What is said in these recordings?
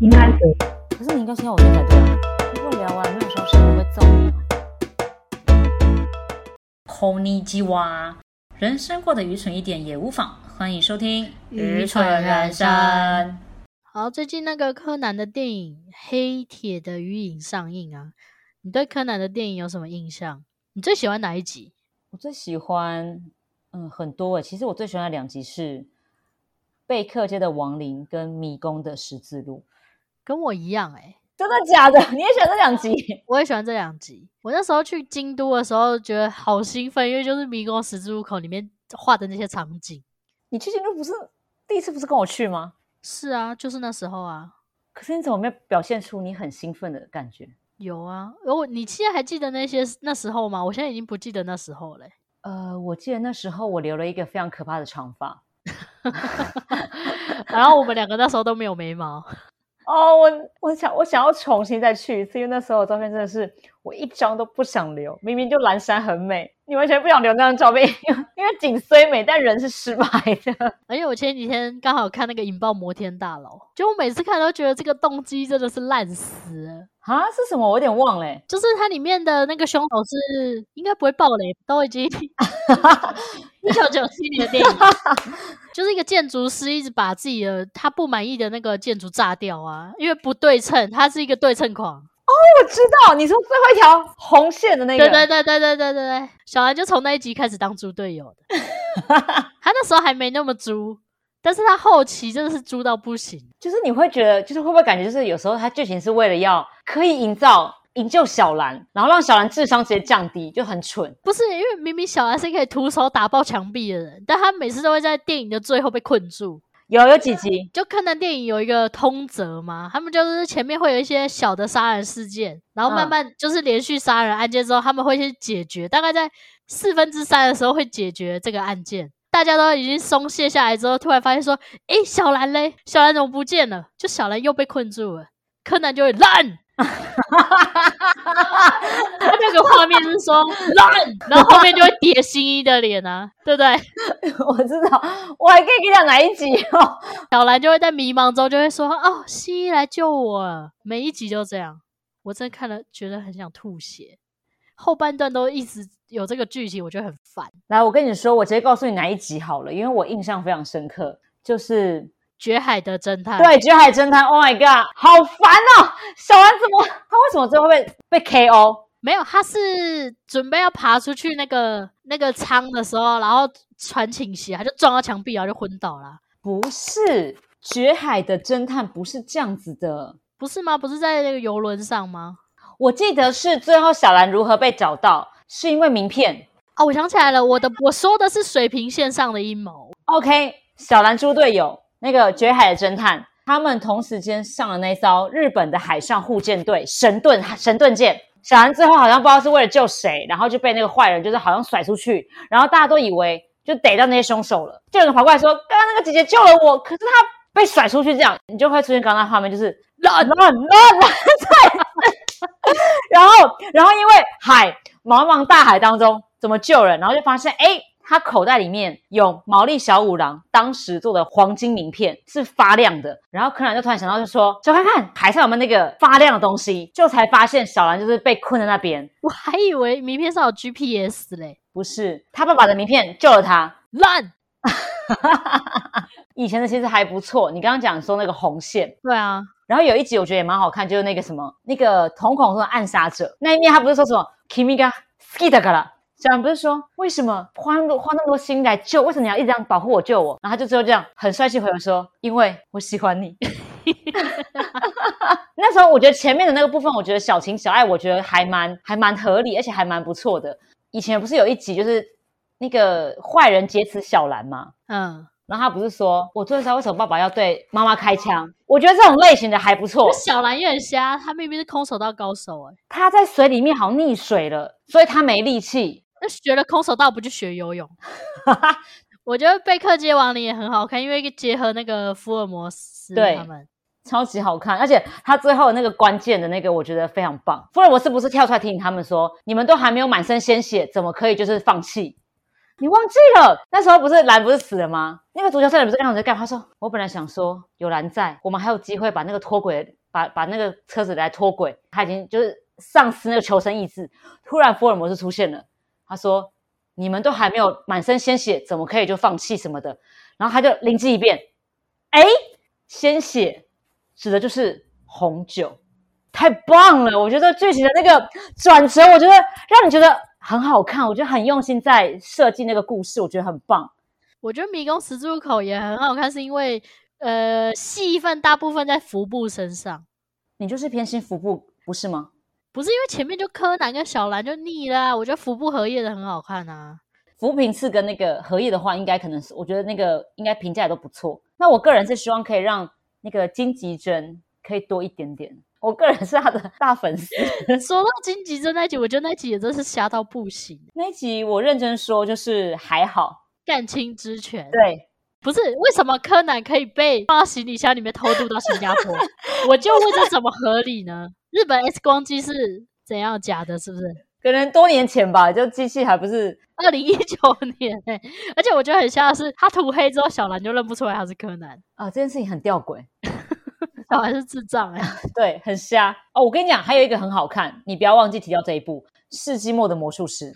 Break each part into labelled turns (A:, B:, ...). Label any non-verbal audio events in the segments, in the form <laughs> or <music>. A: 应
B: 嗯
A: 该可以。
B: 可是你应该先我先才对啊！如果聊完没有消息，我会啊揍你啊！
C: 吼你鸡哇！人生过得愚蠢一点也无妨，欢迎收听《
B: 愚蠢人生》。
D: 好，最近那个柯南的电影《黑铁的鱼影》上映啊，你对柯南的电影有什么印象？你最喜欢哪一集？
B: 我最喜欢，嗯，很多诶、其实我最喜欢的两集是《贝克街的亡灵》跟《迷宫的十字路》。
D: 跟我一样哎、
B: 真的假的？ <laughs> 你也喜欢这两集？
D: 我也喜欢这两集。我那时候去京都的时候，觉得好兴奋，因为就是迷宫十字路口里面画的那些场景。
B: 你去京都不是第一次不是跟我去吗？
D: 是啊，就是那时候啊，
B: 可是你怎么没有表现出你很兴奋的感觉？
D: 有啊。然后你现在还记得那些那时候吗？我现在已经不记得那时候欸嘞、
B: 呃，我记得那时候我留了一个非常可怕的长发。
D: 然后我们两个那时候都没有眉毛，
B: 哦，我我想我想要重新再去一次，因为那时候的照片真的是我一张都不想留。明明就蓝山很美，你完全不想留那张照片， <laughs> 因为因为景虽美，但人是失败的。
D: 而且我前几天刚好看那个《引爆摩天大楼》，就我每次看都觉得这个动机真的是烂死了。
B: <laughs> 啊，是什么？我有点忘了欸、
D: 就是它里面的那个凶手是应该不会爆雷，
B: <laughs>
D: 都已经一九九七年的电影，就是一个建筑师一直把自己的他不满意的那个建筑炸掉啊，因为不对称，他是一个对称狂。
B: 我知道，你说最后一条红线的那个，
D: 对对对对对对对对，小兰就从那一集开始当猪队友
B: <laughs>
D: 的，他那时候还没那么猪，但是他后期真的是猪到不行。
B: 就是你会觉得，就是会不会感觉，就是有时候它剧情是为了要刻意营造营救小兰，然后让小兰智商直接降低，就很蠢。
D: 不是因为明明小兰是可以徒手打爆墙壁的人，但他每次都会在电影的最后被困住。
B: 有有几集，
D: 就柯南电影有一个通则嘛，他们就是前面会有一些小的杀人事件，然后慢
B: 嗯
D: 慢就是连续杀人案件之后，他们会去解决，大概在四分之三的时候会解决这个案件。大家都已经松懈下来之后，突然发现说：“诶，小兰嘞，小兰怎么不见了？”就小兰又被困住了，柯南就会烂。他那个画面是说烂，然后后面就会叠新一的脸啊，对不对？
B: <laughs> 我知道，我还可以给你讲哪一集哦。
D: 小兰就会在迷茫中就会说：“哦，西医来救我了。”每一集都这样，我真的看了觉得很想吐血。后半段都一直有这个剧情，我觉得很烦。
B: 来，我跟你说，我直接告诉你哪一集好了，因为我印象非常深刻，就是
D: 绝海的侦探，
B: 对《绝海侦探》，Oh my god，好烦哦！小兰怎么，她为什么最后被被 KO？
D: 没有，他是准备要爬出去那个那个舱的时候，然后船倾斜，他就撞到墙壁，然后就昏倒了，
B: 不是《绝海的侦探》，不是这样子的。
D: 不是吗？不是在那个游轮上吗？
B: 我记得是最后小兰如何被找到，是因为名片。
D: 啊，我想起来了，我的我说的是水平线上的阴谋，
B: OK，小兰猪队友，那个《绝海的侦探》，他们同时间上了那艘日本的海上护舰队神盾神盾舰。小兰最后好像不知道是为了救谁，然后就被那个坏人就是好像甩出去，然后大家都以为就逮到那些凶手了，就有人跑过来说：“刚刚那个姐姐救了我，可是她被甩出去。”这样你就会出现刚刚那画面，就是乱乱乱乱然后，然后因为海茫茫大海当中怎么救人，然后就发现，哎，他口袋里面有毛利小五郎当时做的黄金名片，是发亮的。然后柯南就突然想到，就说：“就看看海上有没有那个发亮的东西。”就才发现小兰就是被困在那边，
D: 我还以为名片上有 GPS 嘞，
B: 不是他爸爸的名片救了他。
D: 烂。
B: 以前的其实还不错，你刚刚讲说那个红线，
D: 对啊，
B: 然后有一集我觉得也蛮好看，就是那个什么那个瞳孔中的暗杀者那一面，他不是说什么 “kimi ga ski da ga” 小兰不是说为什么花那么多花那么多心来救，为什么你要一直这样保护我救我？然后他就最后这样很帅气回我说：“因为我喜欢你。”那时候我觉得前面的那个部分，我觉得小情小爱，我觉得还蛮还蛮合理，而且还蛮不错的。以前不是有一集就是那个坏人劫持小兰吗？
D: 嗯，
B: 然后他不是说，我最后知道为什么爸爸要对妈妈开枪。我觉得这种类型的还不错
D: 我。小兰也很瞎，她明明是空手道高手哎、
B: 他在水里面好像溺水了，所以他没力气。
D: 那学了空手道不就学游泳？我觉得《贝克街亡灵》也很好看，因为结合那个福尔摩斯
B: 对
D: 他们。
B: 超级好看，而且他最后那个关键的那个，我觉得非常棒。福尔摩斯不是跳出来提醒他们说：“你们都还没有满身鲜血，怎么可以就是放弃？”你忘记了那时候不是兰不是死了吗？那个足球赛人不是刚好在干嘛？他说我本来想说有兰在，我们还有机会把那个脱轨，把把那个车子来脱轨。他已经就是丧失那个求生意志。突然福尔摩斯出现了，他说你们都还没有满身鲜血，怎么可以就放弃什么的？然后他就灵机一变，哎，鲜血指的就是红酒。太棒了！我觉得剧情的那个转折，我觉得让你觉得很好看，我觉得很用心在设计那个故事，我觉得很棒。
D: 我觉得《迷宫十字路口》也很好看，是因为呃，戏份大部分在服部身上，
B: 你就是偏心服部，不是吗？
D: 不是因为前面就柯南跟小兰就腻啦、我觉得服部荷叶的很好看啊。
B: 浮萍次跟那个荷叶的话，应该可能是我觉得那个应该评价也都不错。那我个人是希望可以让那个金吉珍可以多一点点，我个人是他的大粉丝。
D: 说到金吉真那一集，我觉得那一集也真是瞎到不行，
B: 那一集我认真说，就是还好，
D: 干青之拳。
B: 对，
D: 不是为什么柯南可以被放到行李箱里面偷渡到新加
B: <laughs>
D: 坡？我就问这怎么合理呢？日本 X 光机是怎样假的？是不是？
B: 可能多年前吧，就机器还不是
D: 二零一九年哎、而且我觉得很像是他涂黑之后，小兰就认不出来他是柯南，
B: 啊、这件事情很吊诡。
D: 小兰是智障哎、
B: <laughs> 对，很瞎哦。我跟你讲，还有一个很好看，你不要忘记提到这一部《世纪末的魔术师》。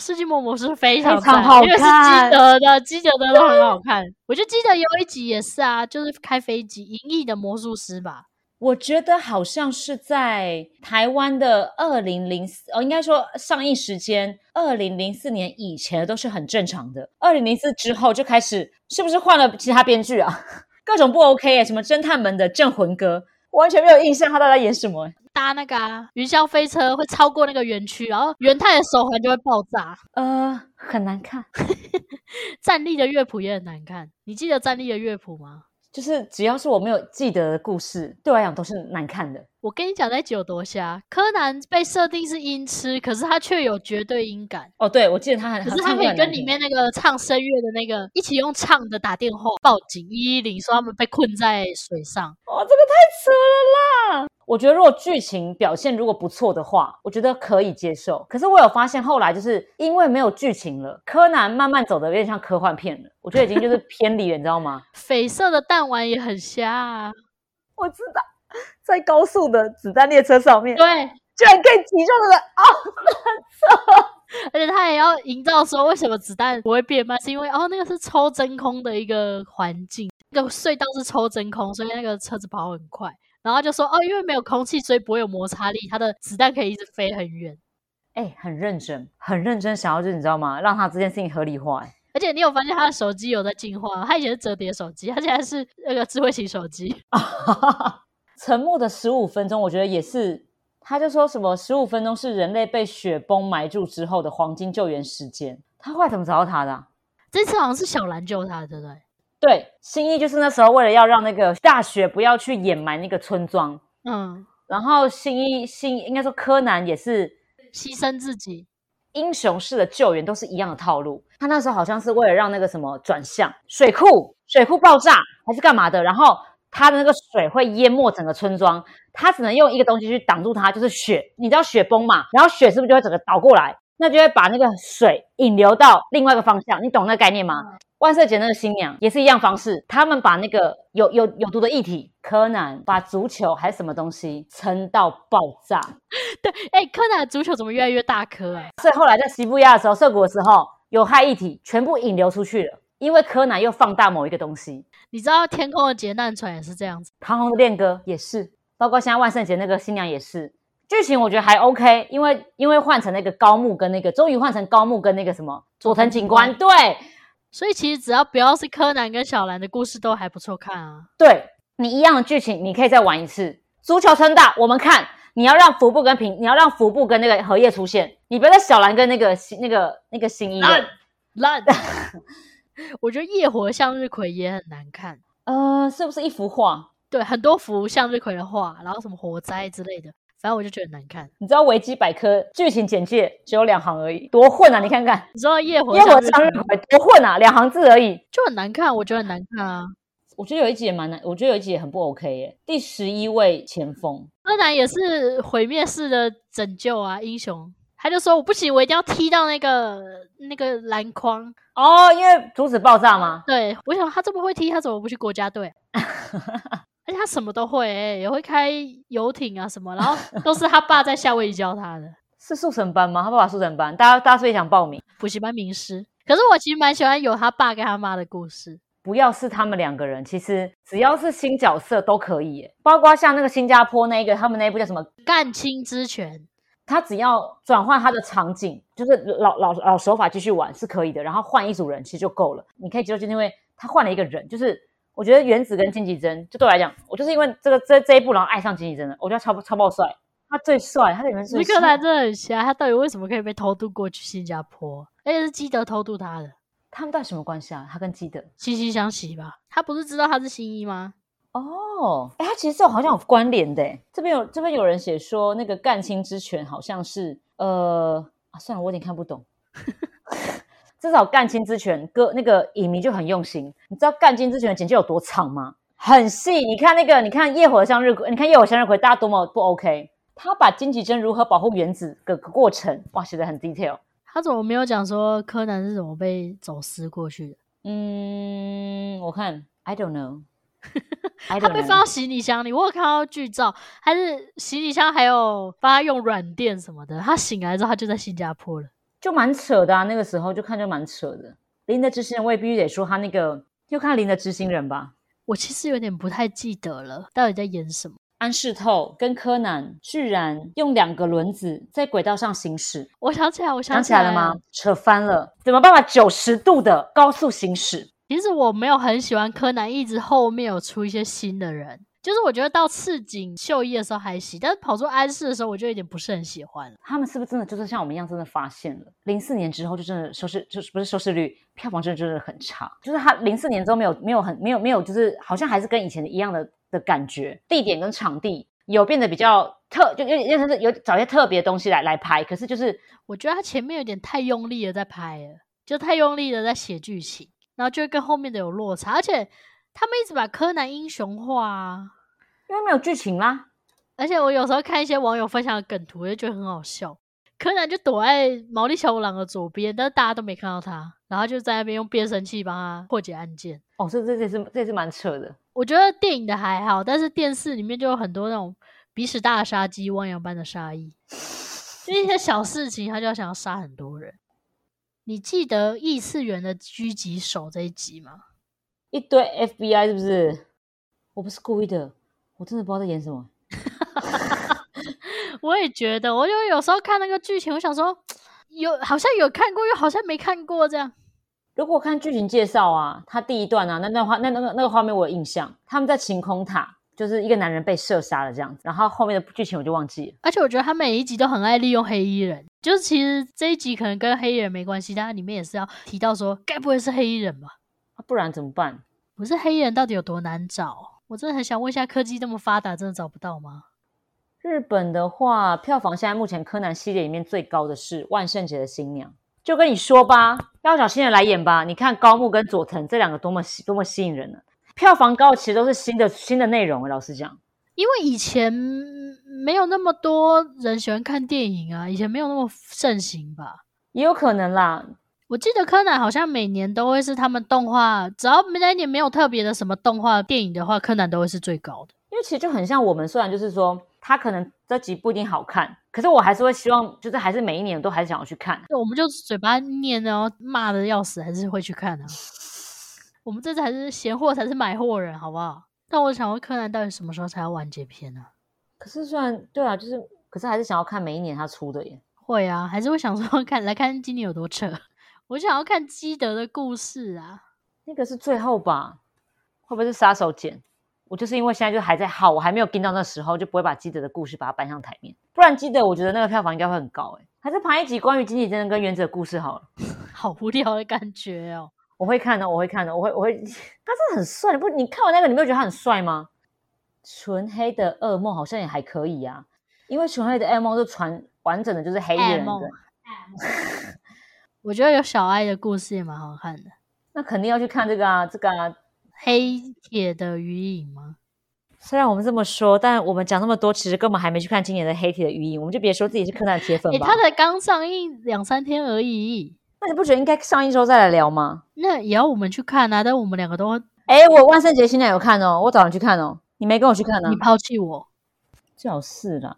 D: 世纪末魔是非常
B: 非常
D: 赞
B: 好
D: 因为是
B: 看
D: 基德的，基德的都很好看。我就记得有一集也是啊，就是开飞机，银翼的魔术师吧，
B: 我觉得好像是在台湾的二零零四哦，应该说上映时间二零零四年以前都是很正常的，二零零四之后就开始是不是换了其他编剧啊？ <laughs> 各种不 OK 耶，什么侦探们的镇魂歌，完全没有印象他到底在演什么耶。
D: 搭那个、啊、云霄飞车会超过那个园区，然后元太的手环就会爆炸。
B: 呃，很难看，
D: 站立的乐谱也很难看。你记得站立的乐谱吗？
B: 就是只要是我没有记得的故事，对我来讲都是难看的。
D: 我跟你讲，那集有多瞎。柯南被设定是音痴，可是他却有绝对音感。
B: 哦，对，我记得他很，
D: 可是
B: 很
D: 他
B: 唱歌
D: 可以
B: 很难
D: 跟里
B: 听
D: 面那个唱声乐的那个一起用唱的打电话报警一一零，说他们被困在水上。
B: 哦，这个太扯了啦！我觉得如果剧情表现如果不错的话，我觉得可以接受。可是我有发现后来就是因为没有剧情了，柯南慢慢走的有点像科幻片了，我觉得已经就是偏离了，你知道吗？
D: 绯色的弹丸也很瞎、啊，
B: <laughs> 我知道，在高速的子弹列车上面，
D: 对，
B: 居然可以骑上的哦，
D: 而且他也要营造说为什么子弹不会变慢，是因为哦那个是抽真空的一个环境，那个隧道是抽真空，所以那个车子跑很快。然后就说哦，因为没有空气，所以不会有摩擦力，它的子弹可以一直飞很远。
B: 哎、很认真，很认真，想要就是你知道吗？让他这件事情合理化、哎
D: 而且你有发现他的手机有在进化，他以前是折叠手机，他现在是那个智慧型手机。
B: <laughs> 沉默的十五分钟，我觉得也是，他就说什么十五分钟是人类被雪崩埋住之后的黄金救援时间。他后来怎么找到他的啊、
D: 这次好像是小兰救他的，对不对？
B: 对，新一就是那时候为了要让那个大雪不要去掩埋那个村庄，
D: 嗯，
B: 然后新一新应该说柯南也是
D: 牺牲自己，
B: 英雄式的救援，都是一样的套路。他那时候好像是为了让那个什么转向水库，水库爆炸还是干嘛的，然后他的那个水会淹没整个村庄，他只能用一个东西去挡住它，就是雪。你知道雪崩嘛？然后雪是不是就会整个倒过来？那就会把那个水引流到另外一个方向，你懂那个概念吗？万圣节那个新娘也是一样方式，他们把那个有有有毒的液体，柯南把足球还是什么东西撑到爆炸，
D: 哎，柯南的足球怎么越来越大颗啊？
B: 所以后来在西布亚的时候，涩谷的时候，有害液体全部引流出去了，因为柯南又放大某一个东西。
D: 你知道天空的劫难船也是这样子。
B: 唐红的恋歌也是，包括现在万圣节那个新娘也是。剧情我觉得还 OK，因为因为换成那个高木跟那个，终于换成高木跟那个什么佐藤警官，对
D: 所以其实只要不要是柯南跟小兰的故事都还不错看啊。
B: 对，你一样的剧情，你可以再玩一次。足球撑大，我们看，你要让服部跟平，你要让服部跟那个荷叶出现，你不要再小兰跟那个新那个那个新一了。
D: 烂， <laughs> 我觉得夜火向日葵也很难看。
B: 呃，是不是一幅画？
D: 对，很多幅向日葵的画，然后什么火灾之类的，反正我就觉得很难看。
B: 你知道维基百科剧情简介只有两行而已，多混啊！你看看，
D: 你知道夜火
B: 烟火
D: 向日
B: 向日
D: 葵
B: 葵多混啊，两行字而已。
D: 就很难看，我觉得很难看啊。
B: 我觉得有一集也蛮难，我觉得有一集也很不 OK 耶。第十一位前锋，
D: 柯南也是毁灭式的拯救啊，英雄。他就说我不行，我一定要踢到那个那个篮筐。
B: 哦，因为阻止爆炸吗？
D: 对我想他这么会踢，他怎么不去国家队？ <laughs> 而且他什么都会、欸，也会开游艇啊什么，然后都是他爸在夏威夷教他的
B: 是速成班吗？他爸爸速成班，大家大家所以想报名，
D: 补习班名师。可是我其实蛮喜欢有他爸跟他妈的故事。
B: 不要是他们两个人，其实只要是新角色都可以耶，包括像那个新加坡那一个，他们那一部叫什么？
D: 干青之拳，
B: 他只要转换他的场景，就是老老老手法继续玩是可以的，然后换一组人其实就够了。你可以接受，就是因为他换了一个人，就是我觉得原子跟金吉真，就对我来讲，我就是因为这个这这一部，然后爱上金吉真了，我觉得他超超爆帅，他最帅，他里面
D: 斯
B: 最
D: 克兰
B: 帅。
D: 真的很瞎，他到底为什么可以被偷渡过去新加坡？而且是基德偷渡他的，
B: 他们到底什么关系啊？他跟基德
D: 惺惺相惜吧？他不是知道他是新一吗？
B: 哦，哎，他其实这种好像有关联的耶。这边有这边有人写说，那个干青之拳好像是呃啊，算了，我有点看不懂。 <laughs> 至少干青之拳歌那个影迷就很用心。你知道干青之拳的简介有多长吗？很细。你看那个，你看夜火向日葵，你看夜火向日葵，大家多么不 OK。他把金吉真如何保护原子的过程，哇，写的很 detail。
D: 他怎么没有讲说柯南是怎么被走私过去的？
B: 嗯，我看，I don't
D: <laughs>
B: know 。
D: 他被放到行李箱里，我有看到剧照，还是行李箱还有帮他用软垫什么的。他醒来之后，他就在新加坡了。
B: 就蛮扯的啊，那个时候就看就蛮扯的。林的执行人，我也必须得说他那个，就看林的执行人吧，
D: 我其实有点不太记得了，到底在演什么？
B: 安室透跟柯南居然用两个轮子在轨道上行驶，
D: 我想起来，我
B: 想
D: 起
B: 起来了吗？？扯翻了，怎么办法九十度的高速行驶？
D: 其实我没有很喜欢柯南，一直后面有出一些新的人，就是我觉得到赤井秀一的时候还行，但是跑出安室的时候，我就有点不是很喜欢了。
B: 他们是不是真的就是像我们一样，真的发现了？零四年之后就真的收视，就是不是收视率，票房真的真的很差。就是他零四年之后没有没有很没有没有，就是好像还是跟以前的一样的的感觉，地点跟场地有变得比较特，就有点有点是有找一些特别的东西来来拍。可是就是
D: 我觉得他前面有点太用力的在拍了，就太用力的在写剧情，然后就会跟后面的有落差，而且他们一直把柯南英雄化啊。
B: 因为没有剧情啦，
D: 而且我有时候看一些网友分享的梗图，我就觉得很好笑。柯南就躲在毛利小五郎的左边，但是大家都没看到他，然后就在那边用变声器帮他破解案件。
B: 哦，这这这也是这也是蛮扯的。
D: 我觉得电影的还好，但是电视里面就有很多那种鼻屎大的杀机、汪洋般的杀意，就一些小事情，他就要想要杀很多人。你记得异次元的狙击手这一集吗？ <laughs>
B: 一堆 FBI 是不是？我不是故意的，我真的不知道在演什么。
D: 我也觉得，我就有时候看那个剧情，我想说，有好像有看过，又好像没看过这样。
B: 如果看剧情介绍啊，他第一段啊，那那画那那个那个画面我有印象，他们在晴空塔，就是一个男人被射杀了这样子，然后后面的剧情我就忘记了。
D: 而且我觉得他每一集都很爱利用黑衣人，就是其实这一集可能跟黑衣人没关系，但它里面也是要提到说，该不会是黑衣人吧？
B: 啊不然怎么办？
D: 不是黑衣人到底有多难找？我真的很想问一下，科技这么发达，真的找不到吗？
B: 日本的话，票房现在目前柯南系列里面最高的是《万圣节的新娘》，就跟你说吧，要找新人来演吧。你看高木跟佐藤这两个多么吸多么吸引人呢、票房高其实都是新的新的内容，老实讲，
D: 因为以前没有那么多人喜欢看电影啊，以前没有那么盛行吧。
B: 也有可能啦。
D: 我记得柯南好像每年都会是他们动画，只要那一年没有特别的什么动画电影的话，柯南都会是最高的。
B: 因为其实就很像我们，虽然就是说他可能这集不一定好看，可是我还是会希望，就是还是每一年我都还是想要去看。啊
D: 我们就是嘴巴念然后骂的要死，还是会去看啊。我们这才是闲货，才是买货人，好不好？但我想问，柯南到底什么时候才要完结篇呢、
B: 可是虽然对啊，就是可是还是想要看每一年他出的耶。
D: 会啊，还是会想说 <laughs> 看来看今年有多扯。我想要看基德的故事啊，
B: 那个是最后吧？会不会是杀手锏？我就是因为现在就还在好，我还没有盯到那时候，就不会把基德的故事把它搬上台面。不然基德，我觉得那个票房应该会很高哎。还是拍一集关于金济真人跟原子的故事好了。
D: 好无聊的感觉哦。
B: 我会看的，我会看的，我会我会，他真的很帅。你不，你看完那个，你没有觉得他很帅吗？纯黑的噩梦好像也还可以啊，因为纯黑的噩梦就传完整的就是黑衣
D: 爱
B: 人
D: 梦
B: 的，
D: 我觉得有小爱的故事也蛮好看的，《
B: 那肯定要去看这个啊，这个啊，
D: 黑铁的鱼影》吗？
B: 虽然我们这么说，但我们讲那么多，其实根本还没去看今年的黑体的余音，我们就别说自己是柯南铁粉
D: 诶，
B: 吧。
D: 它才刚上映两三天而已，
B: 那你不觉得应该上一周再来聊吗？
D: 那也要我们去看啊。但我们两个都，
B: 哎、我万圣节新娘有看哦，我早上去看哦，你没跟我去看呢、
D: 你抛弃我，
B: 最好是啦，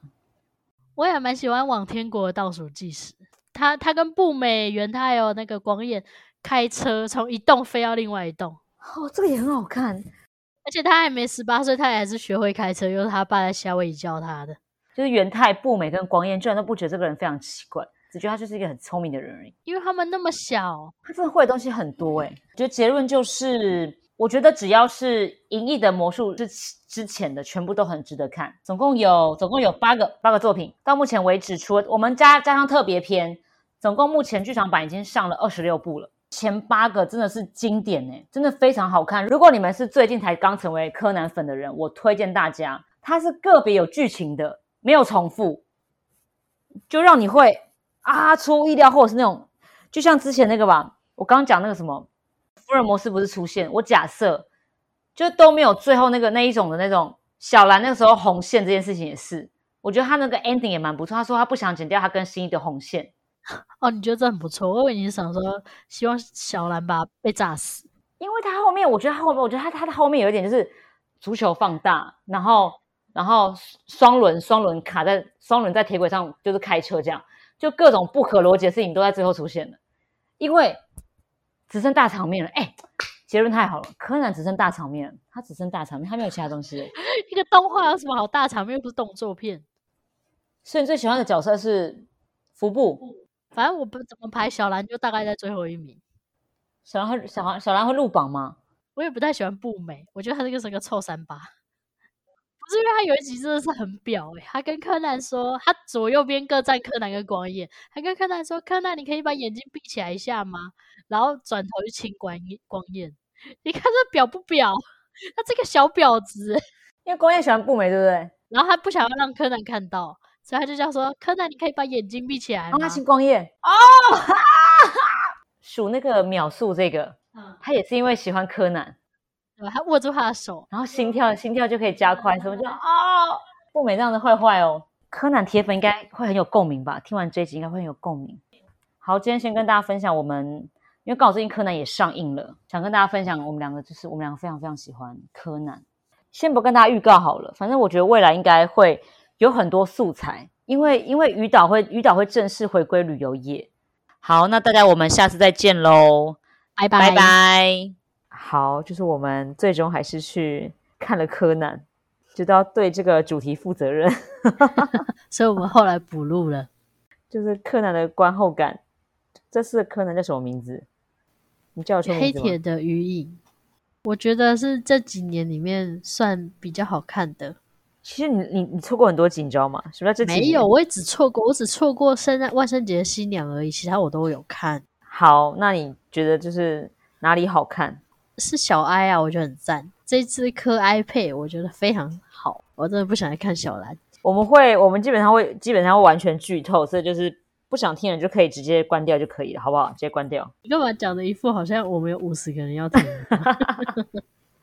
D: 我也蛮喜欢《往天国的倒数计时》。他他跟步美元，他还有那个广野开车从一栋飞到另外一栋，
B: 哦，这个也很好看，
D: 而且他还没十八岁，他也还是学会开车，又是他爸在夏威夷教他的。
B: 就是元太、步美跟广彦，居然都不觉得这个人非常奇怪，只觉得他就是一个很聪明的人而已。
D: 因为他们那么小，
B: 他真的会的东西很多哎、我觉得结论就是，我觉得只要是《银翼的魔术》之之前的，全部都很值得看。总共有总共有八个八个作品，到目前为止，除了我们加加上特别篇，总共目前剧场版已经上了二十六部了。前八个真的是经典哎、真的非常好看。如果你们是最近才刚成为柯南粉的人，我推荐大家，它是个别有剧情的，没有重复，就让你会啊出乎意料，或者是那种就像之前那个吧，我刚刚讲那个什么福尔摩斯不是出现？我假设就都没有最后那个那一种的那种小兰那个时候红线这件事情也是，我觉得他那个 ending 也蛮不错。他说他不想剪掉他跟新一的红线，
D: 哦，你觉得这很不错。我以为你是想说，希望小兰吧被炸死。 <laughs>
B: 因为他后面我觉得他后面我觉得他他的后面有一点就是足球放大，然后然后双轮双轮卡在双轮在铁轨上就是开车这样，就各种不可逻辑的事情都在最后出现了，因为只剩大场面了。哎，结论太好了，柯南只剩大场面了，他只剩大场面，他没有其他东西了。
D: 一个动画有什么好大场面？又不是动作片。
B: 所以你最喜欢的角色是服部，
D: 反正我不怎么排小兰，就大概在最后一名。
B: 小兰会小兰小兰会入榜吗？
D: 我也不太喜欢步美，我觉得他这个是个臭三八。不是因为他有一集真的是很表诶、他跟柯南说，他左右边各站柯南跟光彦，他跟柯南说：“柯南，你可以把眼睛闭起来一下吗？”然后转头去亲光彦光彦，你看这表不表？他这个小婊子欸、
B: 因为光彦喜欢步美，对不对？
D: 然后他不想要让柯南看到，所以他就这样说：“柯南，你可以把眼睛闭起来
B: 然后他
D: 吗
B: 姓光彦啊哦， <laughs> 数那个秒数这个，？”
D: 嗯，
B: 他也是因为喜欢柯南，
D: 对吧他握住他的手，
B: 然后心跳心跳就可以加快，什么叫哦？步美这样的坏坏哦，柯南铁粉应该会很有共鸣吧？听完这一集应该会很有共鸣。好，今天先跟大家分享我们，因为刚好最近柯南也上映了，想跟大家分享我们两个就是我们两个非常非常喜欢柯南。先不跟大家预告好了，反正我觉得未来应该会有很多素材，因为因为鱼岛会鱼岛会正式回归旅游业。好，那大家我们下次再见喽。
D: 拜
B: 拜拜。好，就是我们最终还是去看了柯南，就都要对这个主题负责任， <laughs>
D: 所以我们后来补录了。
B: 就是柯南的观后感。这次的柯南叫什么名字？你叫我出
D: 黑
B: 名字
D: 铁
B: 吗？
D: 的余影，我觉得是这几年里面算比较好看的。
B: 其实你你你错过很多集，你知道吗？什么叫这几
D: 没
B: 年
D: 有，？我也只错过，我只错过圣诞万圣节的新娘而已，其他我都有看。
B: 好，哦那你觉得就是哪里好看？
D: 是小哀啊，我觉得很赞。这只柯哀配我觉得非常好，我真的不想再看小兰。
B: 我们会，我们基本上会基本上会完全剧透，所以就是不想听的人就可以直接关掉就可以了，好不好？直接关掉。
D: 你干嘛讲的一副好像我们有五十个人要听？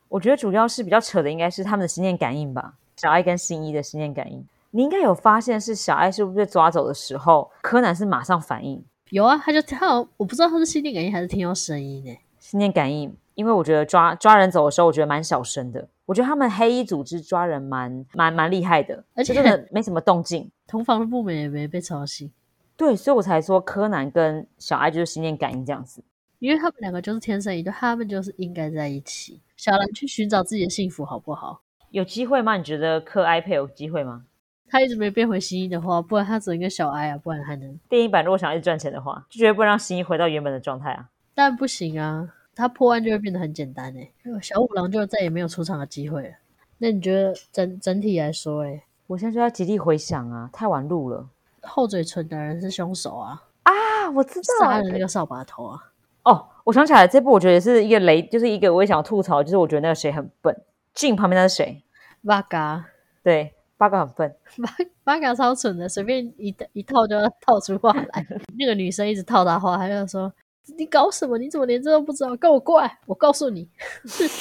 B: 我觉得主要是比较扯的，应该是他们的心电感应吧。小爱跟新一的心电感应，你应该有发现是小爱是不是被抓走的时候，柯南是马上反应
D: <laughs> 有啊，他就他好像我不知道他是心电感应还是听到声音欸呢、
B: 心电感应，因为我觉得抓抓人走的时候，我觉得蛮小声的。我觉得他们黑衣组织抓人蛮蛮蛮厉害的，
D: 而且
B: 就真的没什么动 <laughs> 静。
D: 同房的部门也没被吵醒，
B: 对，所以我才说柯南跟小爱就是心电感应这样子。
D: 因为他们两个就是天生一对，他们就是应该在一起。小兰去寻找自己的幸福，好不好？
B: 有机会吗？你觉得柯爱配有机会吗？
D: 他一直没变回新一的话，不然他只能跟小哀啊，不然还能，
B: 电影版如果想要一直赚钱的话，就绝对不能让新一回到原本的状态啊。
D: 但不行啊，他破案就会变得很简单哎、小五郎就再也没有出场的机会了。那你觉得整整体来说、欸，
B: 我现在就在极力回想啊，太晚录了。
D: 厚嘴唇的人是凶手啊，
B: 啊，我知道
D: 杀了那个扫把头啊，
B: 哦，我想起来了，这部我觉得也是一个雷，就是一个我也想要吐槽，就是我觉得那个谁很笨，俊旁边那是谁？
D: 八嘎
B: 对，八嘎很笨，
D: 八八嘎超蠢的，随便一一套就要套出话来。那个女生一直套他话，他就说。你搞什么？你怎么连这都不知道？跟我过来！我告诉你，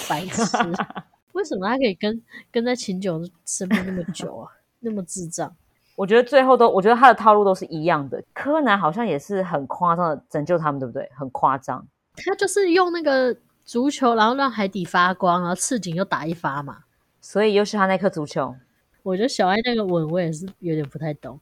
D: 白痴！为什么他可以跟跟在秦九身边那么久啊？那么智障，
B: 我觉得最后都，我觉得他的套路都是一样的。柯南好像也是很夸张的拯救他们，对不对？很夸张。
D: 他就是用那个足球，然后让海底发光，然后赤井又打一发嘛。
B: 所以又是他那颗足球，
D: 我觉得小爱那个吻，我也是有点不太懂。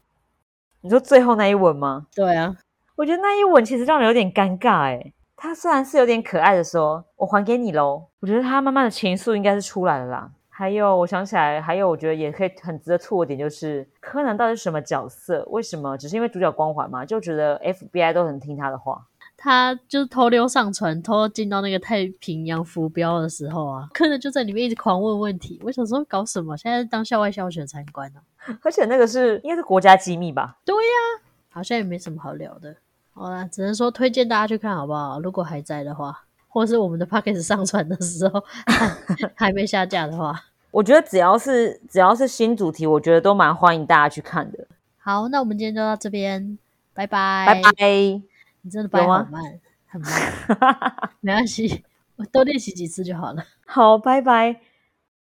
B: 你说最后那一吻吗？
D: 对啊，
B: 我觉得那一吻其实让人有点尴尬哎。他虽然是有点可爱的说“我还给你喽”，我觉得他慢慢的情愫应该是出来了啦。还有，我想起来，还有我觉得也可以很值得吐的点就是，柯南到底是什么角色？为什么只是因为主角光环嘛，就觉得 FBI 都很听他的话？
D: 他就是偷溜上船，偷进到那个太平洋浮标的时候啊，客人就在里面一直狂问问题。我想说搞什么？现在是当校外教学参观呢、
B: 而且那个是应该是国家机密吧？
D: 好像也没什么好聊的。好啦，只能说推荐大家去看好不好？如果还在的话，或是我们的 p o c k e t 上传的时候 <laughs> 还还没下架的话。
B: 我觉得只要是只要是新主题，我觉得都蛮欢迎大家去看的。
D: 好，那我们今天就到这边，拜拜，
B: 拜。拜。
D: 你真的拜
B: 有吗
D: 好慢，很慢，没关系，我多练习几次就好了。
B: 好，拜拜。